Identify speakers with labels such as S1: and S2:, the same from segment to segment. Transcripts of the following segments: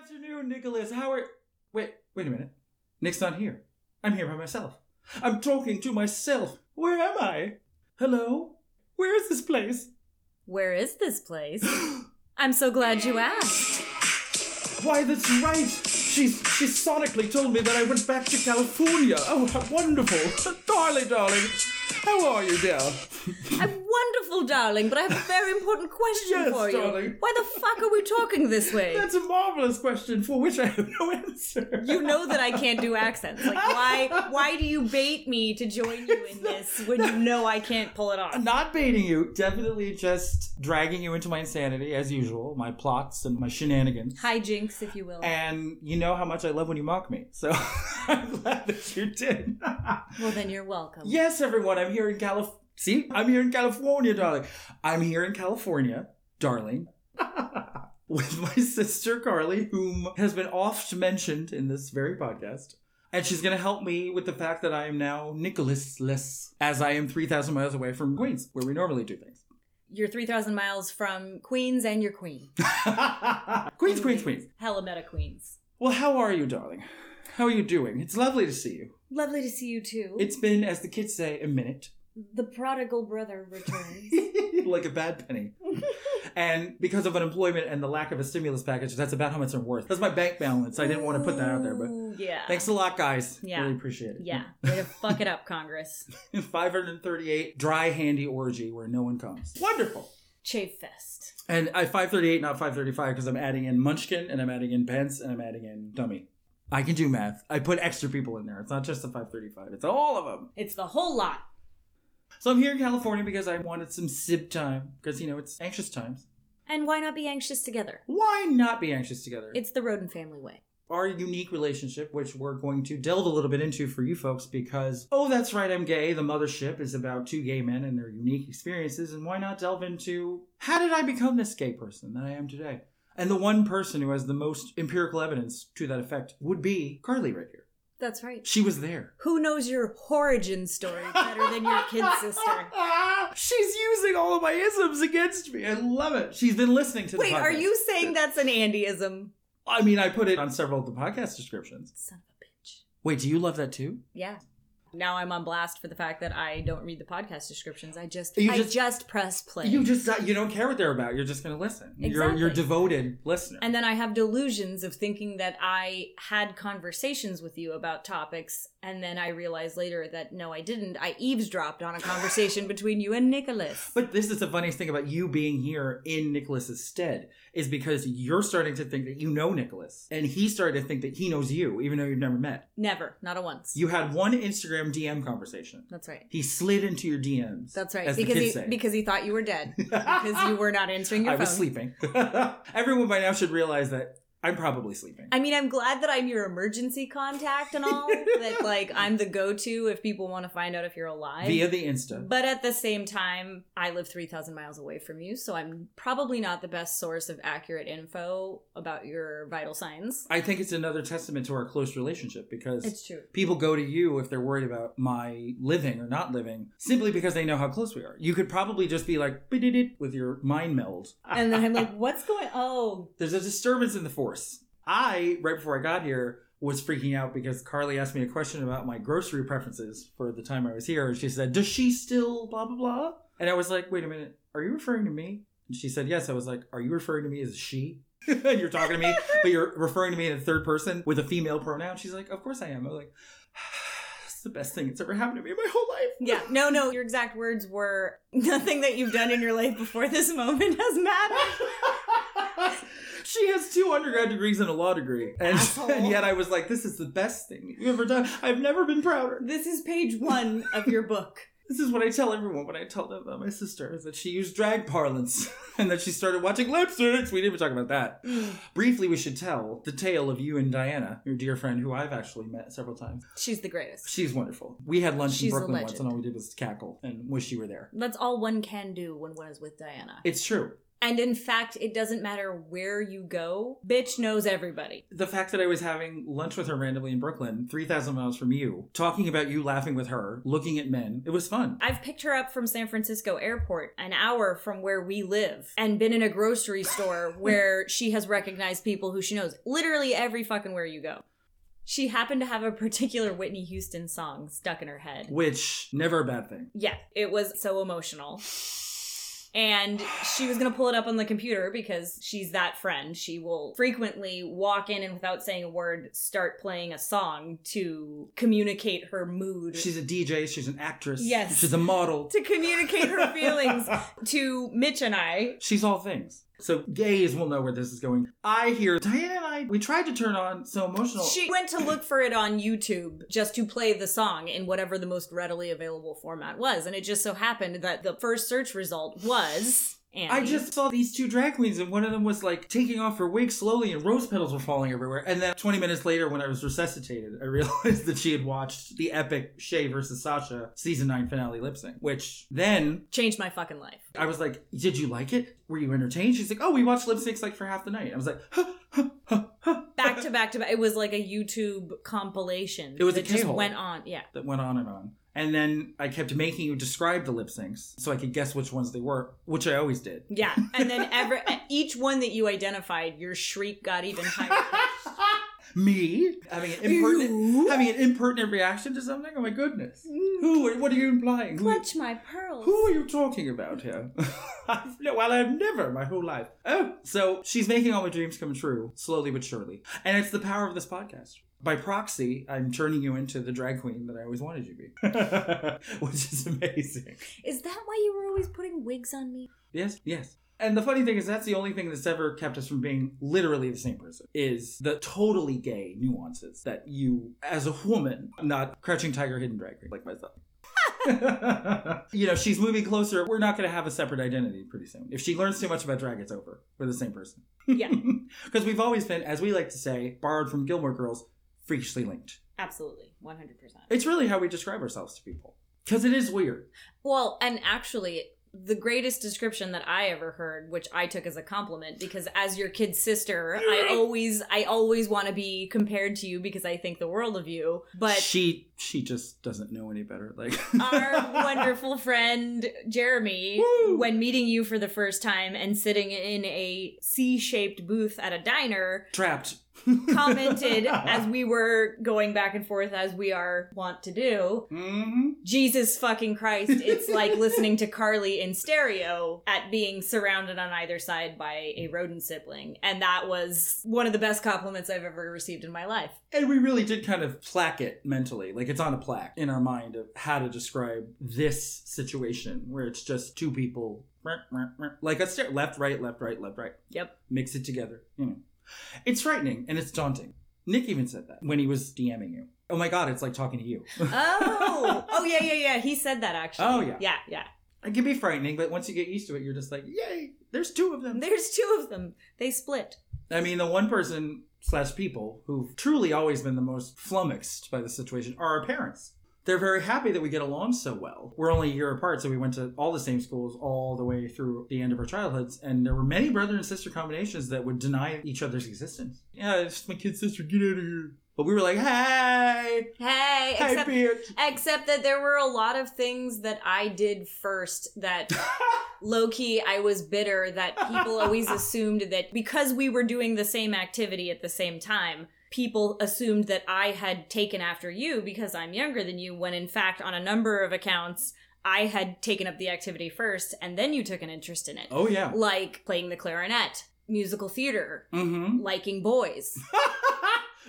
S1: afternoon, Nicholas. How are. Wait, wait a minute. Nick's not here. I'm here by myself. I'm talking to myself. Where am I? Hello? Where is this place?
S2: Where is this place? I'm so glad you asked.
S1: Why, that's right. She's she sonically told me that I went back to California. Oh, how wonderful, darling, darling. How are you, dear?
S2: I'm wonderful, darling, but I have a very important question
S1: Yes,
S2: for
S1: darling.
S2: you. Why the fuck are we talking this way?
S1: That's a marvelous question for which I have no answer.
S2: you know that I can't do accents. Like why why do you bait me to join you in this when you know I can't pull it off?
S1: Not baiting you, definitely just dragging you into my insanity as usual, my plots and my shenanigans.
S2: Hijinks, if you will.
S1: And you know how much I love when you mock me, so I'm glad that you did.
S2: Well then you're welcome.
S1: Yes, everyone, I'm here in Calif. See, I'm here in California, darling. I'm here in California, darling, with my sister Carly, whom has been oft mentioned in this very podcast. And she's going to help me with the fact that I am now Nicholas-less, as I am 3,000 miles away from Queens, where we normally do things.
S2: You're three thousand miles from Queens and your queen.
S1: Queens, Queens, Queens.
S2: Hella meta Queens.
S1: Well, how are you, darling? How are you doing? It's lovely to see you.
S2: Lovely to see you too.
S1: It's been, as the kids say, a minute.
S2: the prodigal brother returns.
S1: like a bad penny. and because of unemployment and the lack of a stimulus package, that's about how much they're worth. That's my bank balance. I didn't want to put that out there, but
S2: Ooh, yeah.
S1: thanks a lot, guys.
S2: Yeah.
S1: Really appreciate it.
S2: Yeah, way to fuck it up, Congress.
S1: 538 dry handy orgy where no one comes. Wonderful.
S2: Chafe Fest.
S1: And I 538, not 535, because I'm adding in Munchkin and I'm adding in Pence and I'm adding in Dummy. I can do math. I put extra people in there. It's not just the 535, it's all of them.
S2: It's the whole lot.
S1: So I'm here in California because I wanted some sip time, because, you know, it's anxious times.
S2: And why not be anxious together?
S1: Why not be anxious together?
S2: It's the Roden family way.
S1: our unique relationship, which we're going to delve a little bit into for you folks because, oh, that's right, I'm gay. The mothership is about two gay men and their unique experiences. And why not delve into how did I become this gay person that I am today? And the one person who has the most empirical evidence to that effect would be Carly right here.
S2: That's right.
S1: She was there.
S2: Who knows your origin story better than your kid sister?
S1: She's using all of my isms against me. I love it. She's been listening to the
S2: Wait, are
S1: podcast.
S2: you saying that's an Andyism?
S1: I mean, I put it on several of the podcast descriptions.
S2: Son of a bitch.
S1: Wait, do you love that too?
S2: Yeah. Now I'm on blast for the fact that I don't read the podcast descriptions. I just
S1: You
S2: I
S1: just-
S2: just, press play.
S1: You just you don't care what they're about. You're just going to listen. You're you're
S2: Exactly.
S1: devoted listener.
S2: And then I have delusions of thinking that I had conversations with you about topics, and then I realize later that no, I didn't. I eavesdropped on a conversation between you and Nicholas.
S1: but this is the funniest thing about you being here in Nicholas's stead is because you're starting to think that you know Nicholas, and he started to think that he knows you, even though you've never met.
S2: Never, not a once.
S1: You had one Instagram DM conversation.
S2: That's right.
S1: He slid into your DMs.
S2: That's right.
S1: As
S2: because
S1: the
S2: he
S1: kids say.
S2: because he thought you were dead because you were not answering your
S1: I
S2: phone.
S1: was sleeping. Everyone by now should realize that I'm probably sleeping.
S2: I mean, I'm glad that I'm your emergency contact and all that. Like, I'm the go-to if people want to find out if you're alive.
S1: Via the Insta.
S2: But at the same time, I live 3,000 miles away from you, so I'm probably not the best source of accurate info about your vital signs.
S1: I think it's another testament to our close relationship because
S2: It's true.
S1: people go to you if they're worried about my living or not living simply because they know how close we are you could probably just be like "Bididit" with your mind meld
S2: And then I'm like, what's going Oh,
S1: there's a disturbance in the force i right before i got here was freaking out because carly asked me a question about my grocery preferences for the time i was here and she said does she still blah blah blah and i was like wait a minute are you referring to me and she said yes i was like are you referring to me as she you're talking to me but you're referring to me in the third person with a female pronoun she's like of course i am i was like it's the best thing that's ever happened to me in my whole life
S2: yeah. No, no, your exact words were nothing that you've done in your life before this moment has mattered.
S1: she has two undergrad degrees and a law degree. And,
S2: Asshole.
S1: and yet I was like, this is the best thing you've ever done. I've never been prouder.
S2: This is page one of your book.
S1: This is what I tell everyone when I tell them about my sister is that she used drag parlance and that she started watching lipsticks. We didn't even talk about that. Briefly, we should tell the tale of you and Diana, your dear friend who I've actually met several times.
S2: She's the greatest.
S1: She's wonderful. We had lunch
S2: She's
S1: in
S2: a
S1: Brooklyn once
S2: legend.
S1: and all we did was cackle and wish you were there.
S2: That's all one can do when one is with Diana.
S1: It's true.
S2: And in fact, it doesn't matter where you go. Bitch knows everybody.
S1: The fact that I was having lunch with her randomly in Brooklyn, 3,000 miles from you, talking about you laughing with her, looking at men, it was fun.
S2: I've picked her up from San Francisco airport, an hour from where we live, and been in a grocery store where she has recognized people who she knows literally every fucking where you go. She happened to have a particular Whitney Houston song stuck in her head.
S1: Which, never a bad thing.
S2: Yeah, it was so emotional. And she was going to pull it up on the computer because she's that friend. She will frequently walk in and without saying a word start playing a song to communicate her mood.
S1: She's a DJ, she's an actress,
S2: Yes.
S1: she's a model.
S2: to communicate her feelings to Mitch and I.
S1: She's all things. So gays will know where this is going. I hear Diana and I, we tried to turn on So Emotional.
S2: She went to look for it on YouTube just to play the song in whatever the most readily available format was. And it just so happened that the first search result was. Annie.
S1: I just saw these two drag queens, and one of them was like taking off her wig slowly, and rose petals were falling everywhere. And then 20 minutes later, when I was resuscitated, I realized that she had watched the epic Shay versus Sasha season 9 finale lip sync, which then
S2: changed my fucking life.
S1: I was like, Did you like it? Were you entertained? She's like, Oh, we watched lip syncs like for half the night. I was like, huh, huh, huh, huh.
S2: Back to back to back. It was like a YouTube compilation.
S1: It was a
S2: that just
S1: K-hole.
S2: went on. Yeah.
S1: that went on and on. And then I kept making you describe the lip syncs so I could guess which ones they were, which I always did.
S2: Yeah. And then every each one that you identified, your shriek got even higher.
S1: Me having an impertinent,
S2: You?
S1: having an impertinent reaction to something. Oh my goodness! Who? What are you implying? Who-
S2: Clutch my pearls.
S1: Who are you talking about here? I've no, well, I've never my whole life. Oh, so she's making all my dreams come true, slowly but surely. And it's the power of this podcast. By proxy, I'm turning you into the drag queen that I always wanted you to be, which is amazing.
S2: Is that why you were always putting wigs on me?
S1: Yes, yes. And the funny thing is, that's the only thing that's ever kept us from being literally the same person is the totally gay nuances that you, as a woman, not crouching tiger, hidden drag queen like myself. you know, she's moving closer. We're not going to have a separate identity pretty soon. If she learns too much about drag, it's over. We're the same person.
S2: Yeah.
S1: Because we've always been, as we like to say, borrowed from Gilmore Girls, freakishly linked.
S2: Absolutely. 100%.
S1: It's really how we describe ourselves to people. Because it is weird.
S2: Well, and actually, the greatest description that I ever heard, which I took as a compliment, because as your kid sister, I always, I always want to be compared to you because I think the world of you. But
S1: she she just doesn't know any better. Like
S2: our wonderful friend Jeremy,
S1: Woo!
S2: when meeting you for the first time and sitting in a C-shaped booth at a diner,
S1: trapped
S2: commented as we were going back and forth as we are wont to do.
S1: hmm
S2: Mm-hmm. Jesus fucking Christ, it's like listening to Carly in stereo at being surrounded on either side by a rodent sibling. And that was one of the best compliments I've ever received in my life.
S1: And we really did kind of plaque it mentally. Like it's on a plaque in our mind of how to describe this situation where it's just two people, like a stair, left, right, left, right, left, right.
S2: Yep.
S1: Mix it together. You know, it's frightening and it's daunting. Nick even said that when he was DMing you. Oh my God, it's like talking to you.
S2: Oh, oh yeah, yeah, yeah. He said that actually.
S1: Oh, yeah.
S2: Yeah, yeah.
S1: It can be frightening, but once you get used to it, you're just like, yay, there's two of them.
S2: There's two of them. They split.
S1: I mean, the one person slash people who've truly always been the most flummoxed by the situation are our parents. They're very happy that we get along so well. We're only a year apart, so we went to all the same schools all the way through the end of our childhoods. And there were many brother and sister combinations that would deny each other's existence. Yeah, it's my kid sister, get out of here. But we were like, hey,
S2: Hey,
S1: hey,
S2: except
S1: bitch.
S2: except that there were a lot of things that I did first that low key, I was bitter that people always assumed that because we were doing the same activity at the same time, people assumed that I had taken after you because I'm younger than you, when in fact, on a number of accounts, I had taken up the activity first and then you took an interest in it.
S1: oh, yeah.
S2: Like playing the clarinet, musical theater,
S1: Mm-hmm.
S2: liking boys.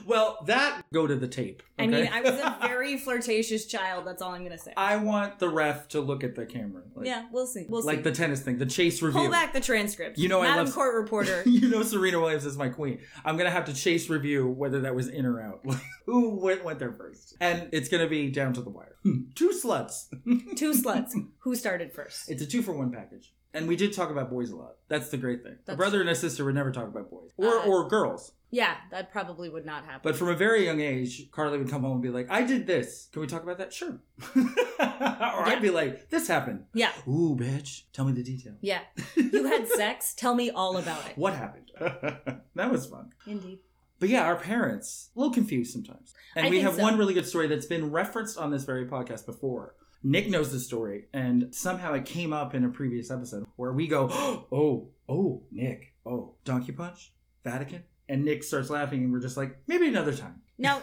S1: well, that go to the tape.
S2: I mean,
S1: okay? Uh,
S2: I was a very flirtatious child. That's all I'm going to say.
S1: I want the ref to look at the camera. Like,
S2: yeah, we'll see. We'll
S1: like
S2: see.
S1: the tennis thing, the chase review.
S2: Pull back the transcript.
S1: You know I
S2: Madam
S1: love-
S2: Court Reporter.
S1: you know Serena Williams is my queen. I'm gonna have to chase review whether that was in or out. Like, Who went went there first? And it's gonna be down to the wire. Hmm. two sluts.
S2: Two sluts. Who started first?
S1: It's a two for one package. And we did talk about boys a lot. That's the great thing. a
S2: That's-
S1: brother and a sister would never talk about boys or
S2: Uh,
S1: or girls.
S2: Yeah, that probably would not happen.
S1: But from a very young age, Carly would come home and be like, I did this. Can we talk about that? Sure. or I'd be like, this happened.
S2: Yeah.
S1: Ooh, bitch. Tell me the detail.
S2: yeah, you had sex. Tell me all about it.
S1: what happened? that was fun.
S2: Indeed.
S1: But yeah, our parents, a little confused sometimes. And
S2: I
S1: we
S2: think
S1: have
S2: so.
S1: one really good story that's been referenced on this very podcast before. Nick knows the story, and somehow it came up in a previous episode where we go, Oh, oh, Nick, oh, Donkey Punch, Vatican. And Nick starts laughing, and we're just like, Maybe another time. Mm-hmm.
S2: Now,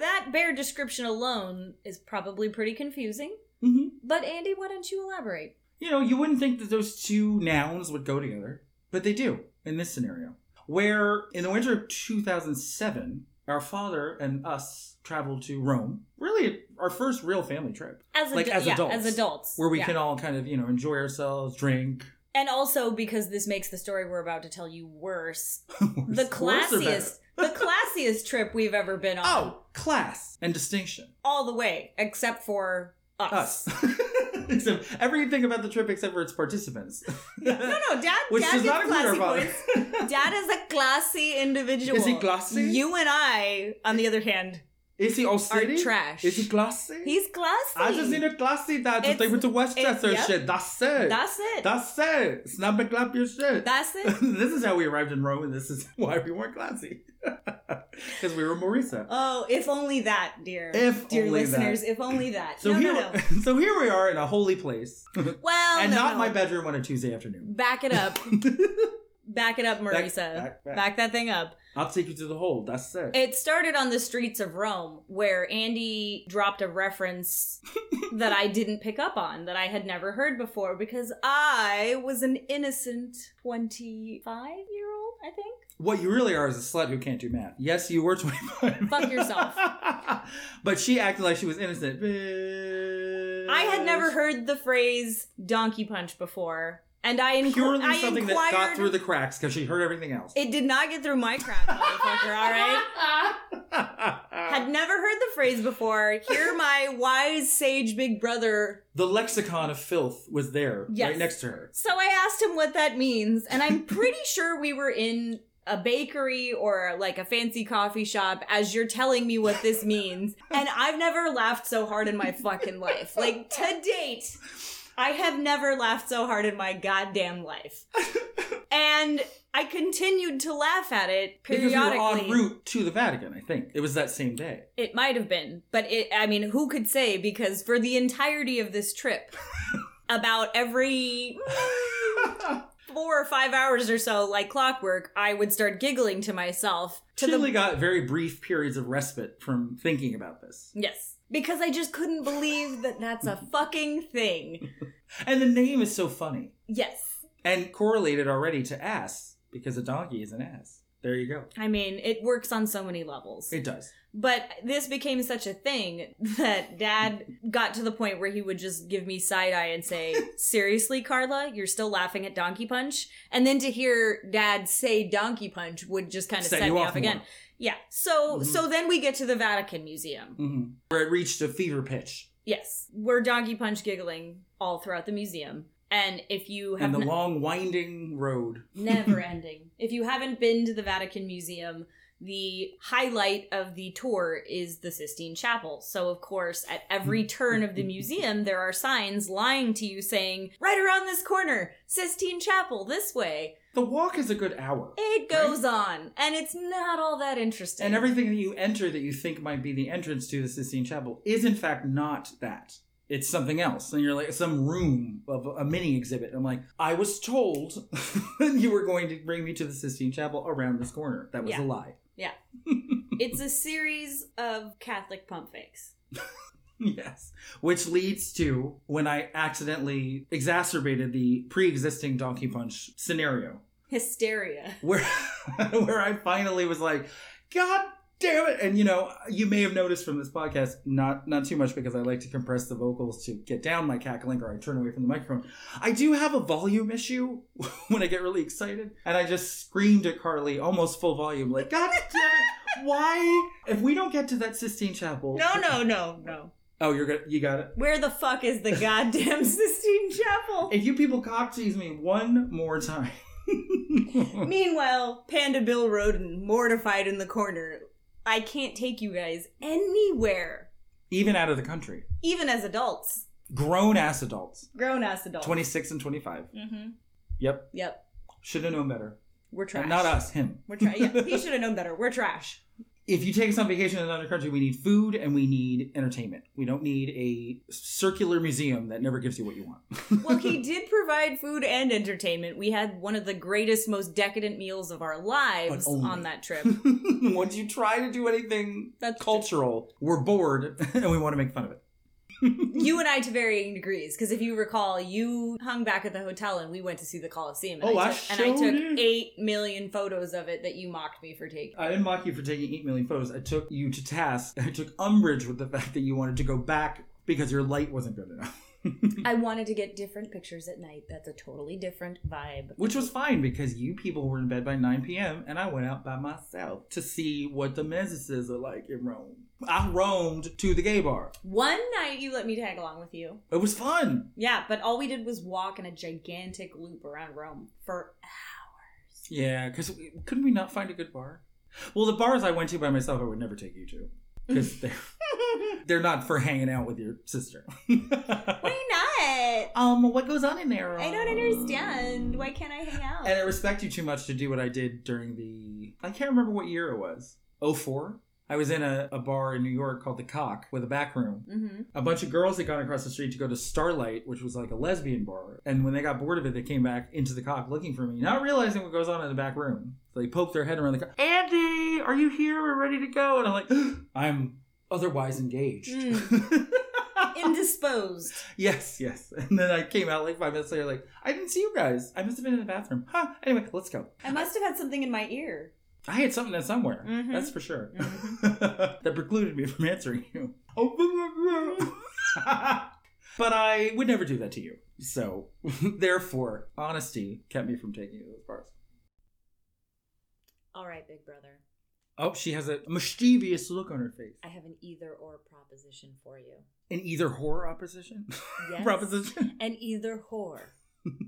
S2: that bare description alone is probably pretty confusing.
S1: hmm
S2: But Andy, why don't you elaborate?
S1: You know, you wouldn't think that those two nouns would go together, but they do in this scenario. Where in the winter of 2007, our father and us traveled to Rome, really our first real family trip,
S2: As
S1: Like,
S2: adu-
S1: as
S2: yeah,
S1: adults.
S2: as adults,
S1: where we
S2: yeah.
S1: can all kind of, you know, enjoy ourselves, drink.
S2: and also because this makes the story we're about to tell you worse. The
S1: Worse or better?
S2: classiest, the classiest trip we've ever been on,
S1: Oh, class and distinction.
S2: all the way, except for us.
S1: Us. except everything about the trip except for its participants.
S2: No, no, Dad.
S1: Which
S2: dad
S1: does
S2: gets
S1: not include our
S2: classy
S1: father.
S2: points. Dad is a classy individual.
S1: Is he classy?
S2: You and I, on the other hand,
S1: Is he all
S2: are
S1: city?
S2: trash.
S1: Is he classy?
S2: He's classy.
S1: I just need a classy dad to
S2: It's-
S1: take me to Westchester and
S2: yep.
S1: shit. That's it.
S2: That's it.
S1: That's it. Snap and clap your shit.
S2: That's it.
S1: this is how we arrived in Rome, and this is why we weren't classy. Because we were Marisa.
S2: Oh, if only that, dear.
S1: If
S2: dear
S1: only
S2: listeners, if only that.
S1: So
S2: no,
S1: here,
S2: no, no.
S1: so here we are in a holy place,
S2: Well,
S1: and
S2: no,
S1: not
S2: no.
S1: my bedroom on a Tuesday afternoon.
S2: Back it up. Back it up,
S1: Back-
S2: Marisa. Back, Eh.
S1: back, back.
S2: that thing up.
S1: I'll take you to the hole. That's it.
S2: It started on the streets of Rome, where Andy dropped a reference that I didn't pick up on, that I had never heard before, because I was an innocent 25 year old, I think.
S1: what you really are is a slut who can't do math. Yes, you were 25.
S2: Fuck yourself.
S1: but she acted like she was innocent. Bitch.
S2: I had never heard the phrase donkey punch before, and I, inqu-
S1: Purely
S2: I
S1: something that
S2: inquired.
S1: got through the cracks because she heard everything else.
S2: it did not get through my crack, motherfucker, all right? Had never heard the phrase before. Here, my wise sage big brother.
S1: the lexicon of filth was there
S2: Yes.
S1: right next to her.
S2: So I asked him what that means, and I'm pretty sure we were in a bakery or like a fancy coffee shop as you're telling me what this means. And I've never laughed so hard in my fucking life. Like, to date, I have never laughed so hard in my goddamn life. And I continued to laugh at it
S1: Because we
S2: periodically.
S1: were en route to the Vatican, I think. It was that same day.
S2: It might have been, but it, I mean, who could say? Because for the entirety of this trip, about every four or five hours or so, like clockwork, I would start giggling to myself. To
S1: She
S2: the
S1: only got very brief periods of respite from thinking about this.
S2: yes, because I just couldn't believe that that's a fucking thing.
S1: And the name is so funny
S2: Yes,
S1: and correlated already to ass because a donkey is an ass. There you go.
S2: I mean, it works on so many levels.
S1: It does.
S2: But this became such a thing that dad got to the point where he would just give me side eye and say, Seriously, Carla, you're still laughing at Donkey Punch? And then to hear dad say Donkey Punch would just kind of set, me off, Mm-hmm. again. Yeah. So
S1: Mhm.
S2: so then we get to the Vatican Museum.
S1: hmm Where it reached a fever pitch.
S2: Yes. We're Donkey Punch giggling all throughout the museum. And if you have
S1: And the
S2: n-
S1: long winding road.
S2: never ending. If you haven't been to the Vatican Museum, the highlight of the tour is the Sistine Chapel. So, of course, at every turn of the museum, there are signs lying to you saying, right around this corner, Sistine Chapel, this way.
S1: The walk is a good hour.
S2: It goes on, and it's not all that interesting.
S1: And everything that you enter that you think might be the entrance to the Sistine Chapel is in fact not that. It's something else. And you're like some room of a mini exhibit. I'm like, I was told you were going to bring me to the Sistine Chapel around this corner. That was
S2: Yeah.
S1: a lie.
S2: It's a series of Catholic pump fakes.
S1: Yes. Which leads to when I accidentally exacerbated the pre-existing Donkey Punch scenario.
S2: Hysteria.
S1: where where I finally was like, God damn it! And you know, you may have noticed from this podcast, not not too much because I like to compress the vocals to get down my cackling or I turn away from the microphone. I do have a volume issue when I get really excited, and I just screamed at Carly almost full volume, like, God damn it! Why? If we don't get to that Sistine Chapel,
S2: no, no, no.
S1: Oh, you're gonna you got it.
S2: Where the fuck is the goddamn Sistine Chapel?
S1: If you people cock tease me one more time.
S2: Meanwhile, Panda Bill Roden, mortified in the corner. I can't take you guys anywhere,
S1: Even out of the country.
S2: even as adults,
S1: Grown ass adults.
S2: grown ass adults.
S1: 26 and 25.
S2: Mm-hmm.
S1: Yep.
S2: Yep.
S1: Should have known better.
S2: We're trash.
S1: Not us, him.
S2: We're trash. Yeah, he should have known better. We're trash.
S1: If you take us on vacation in another country, we need food and we need entertainment. We don't need a circular museum that never gives you what you want.
S2: Well, he did provide food and entertainment. We had one of the greatest, most decadent meals of our lives
S1: But only.
S2: on that trip.
S1: Once you try to do anything
S2: That's
S1: cultural, we're bored and we want to make fun of it.
S2: you and I to varying degrees. Because if you recall, you hung back at the hotel and we went to see the Coliseum. And
S1: Oh, I
S2: took, and I
S1: showed
S2: took
S1: you.
S2: eight million photos of it that you mocked me for taking.
S1: I didn't mock you for taking 8 million photos. I took you to task. I took umbrage with the fact that you wanted to go back because your light wasn't good enough.
S2: I wanted to get different pictures at night. That's a totally different vibe.
S1: Which was fine because you people were in bed by 9 p.m. and I went out by myself to see what the mezzices are like in Rome. I roamed to the gay bar.
S2: One night you let me tag along with you.
S1: It was fun.
S2: Yeah, but all we did was walk in a gigantic loop around Rome for
S1: Yeah, because couldn't we not find a good bar? Well, the bars I went to by myself, I would never take you to because they're, they're not for hanging out with your sister.
S2: Why not?
S1: um, what goes on in there? um,
S2: I don't understand. Why can't I hang out?
S1: And I respect you too much to do what I did during the. I can't remember what year it was. 04? I was in a, a bar in New York called The Cock with a back room.
S2: mm-hmm.
S1: A bunch of girls had gone across the street to go to Starlight, which was like a lesbian bar. And when they got bored of it, they came back into the cock looking for me, not realizing what goes on in the back room. So they poked their head around the cock. Andy, are you here? We're ready to go. And I'm like, I'm otherwise engaged.
S2: Indisposed.
S1: yes, yes. And then I came out like five minutes later, like, I didn't see you guys. I must have been in the bathroom. Huh. Anyway, let's go.
S2: I must have had something in my ear.
S1: I had something in somewhere.
S2: Mhm.
S1: That's for sure.
S2: Mm-hmm.
S1: that precluded me from answering you.
S2: Oh,
S1: but I would never do that to you. So, therefore, honesty kept me from taking you to those bars.
S2: All right, big brother.
S1: Oh, she has a mischievous look on her face.
S2: I have an either or proposition for you.
S1: An either horror opposition?
S2: Yes.
S1: Proposition?
S2: An either whore.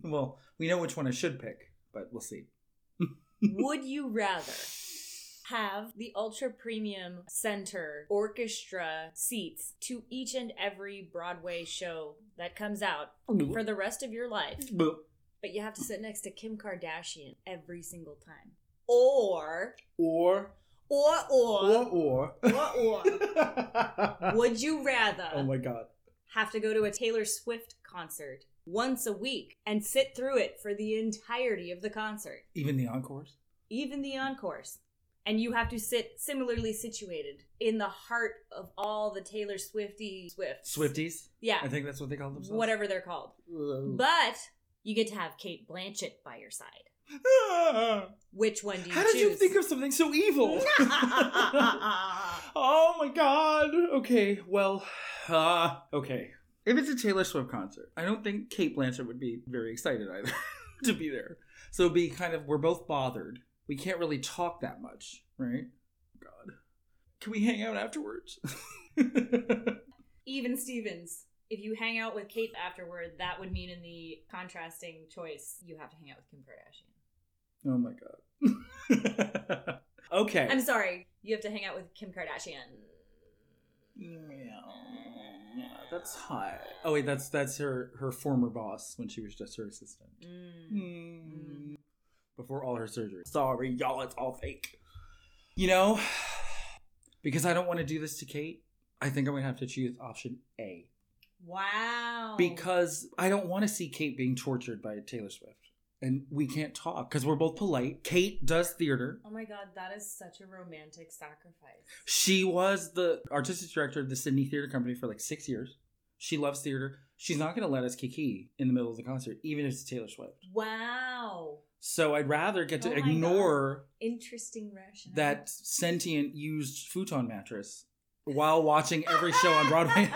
S1: well, we know which one I should pick, but we'll see.
S2: Would you rather have the ultra premium center orchestra seats to each and every Broadway show that comes out for the rest of your life, but you have to sit next to Kim Kardashian every single time? Or,
S1: Or,
S2: or,
S1: or,
S2: or,
S1: or.
S2: or, or, would you rather
S1: oh my god.
S2: have to go to a Taylor Swift concert once a week and sit through it for the entirety of the concert,
S1: Even the encores?
S2: even the encores. And you have to sit similarly situated in the heart of all the Taylor Swifty Swifts.
S1: Swifties? I
S2: Yeah,
S1: think that's what they call themselves.
S2: whatever they're called. But you get to have Kate Blanchett by your side. Which one do you
S1: Ah. How
S2: choose?
S1: did you think of something so evil? oh my god. Okay, well, uh, okay. If it's a Taylor Swift concert, I don't think Kate Blanchett would be very excited either to be there. So it'd be kind of, we're both bothered. We can't really talk that much, right? God. Can we hang out afterwards? Oh
S2: Even Stevens. If you hang out with Kate afterward, that would mean in the contrasting choice, you have to hang out with Kim Kardashian.
S1: oh my god. okay.
S2: I'm sorry. You have to hang out with Kim Kardashian.
S1: Yeah, that's hot. Oh wait, that's that's her her former boss when she was just her assistant. Hmm.
S2: Mm.
S1: Before all her surgery. Sorry, y'all, it's all fake. You know, because I don't want to do this to Kate, I think I'm gonna have to choose option A
S2: Wow.
S1: because I don't want to see Kate being tortured by Taylor Swift, and we can't talk because we're both polite. Kate does theater.
S2: Oh my god, that is such a romantic sacrifice.
S1: She was the artistic director of the Sydney Theatre Company for like six years. She loves theater. She's not going to let us kiki in the middle of the concert, even if it's Taylor Swift.
S2: Wow.
S1: So I'd rather get to
S2: Oh my
S1: ignore
S2: Interesting rationale.
S1: that sentient used futon mattress while watching every show on Broadway,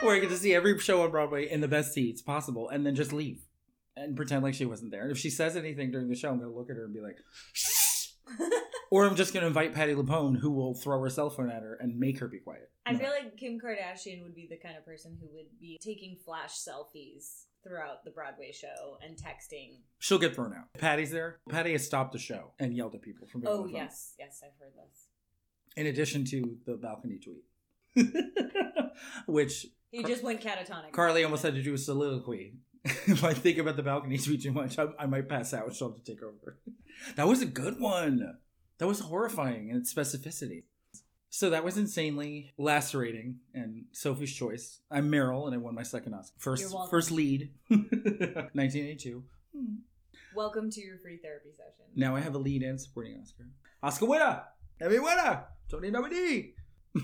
S1: where I get to see every show on Broadway in the best seats possible, and then just leave and pretend like she wasn't there. And if she says anything during the show, I'm going to look at her and be like, shh. Or I'm just going to invite Patty Lapone, who will throw her cell phone at her and make her be quiet.
S2: I
S1: No.
S2: feel like Kim Kardashian would be the kind of person who would be taking flash selfies throughout the Broadway show and texting.
S1: She'll get thrown out. Patty's there. Patty has stopped the show and yelled at people from being on
S2: Oh
S1: the phone.
S2: yes, yes, I've heard this.
S1: In addition to the balcony tweet, which
S2: He just went catatonic.
S1: Carly almost had to do a soliloquy. if I think about the balcony tweet too much, I, I might pass out. She'll have to take over. That was a good one. That was horrifying in its specificity. So that was insanely lacerating and Sophie's choice. I'm Meryl and I won my second Oscar.
S2: You're
S1: First
S2: welcome.
S1: first lead. Hmm. 1982.
S2: Welcome to your free therapy session.
S1: Now I have a lead and supporting Oscar. Oscar winner! Emmy winner! Tony nominee!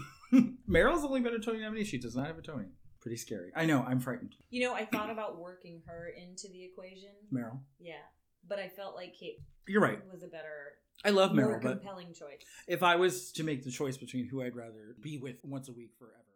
S1: Meryl's only been a Tony nominee. She does not have a Tony. Pretty scary. I know, I'm frightened.
S2: You know, I thought about working her into the equation.
S1: Meryl.
S2: Yeah, but I felt like Kate
S1: You're right.
S2: was a better,
S1: I love
S2: more
S1: Meryl, but
S2: compelling choice.
S1: if I was to make the choice between who I'd rather be with once a week forever,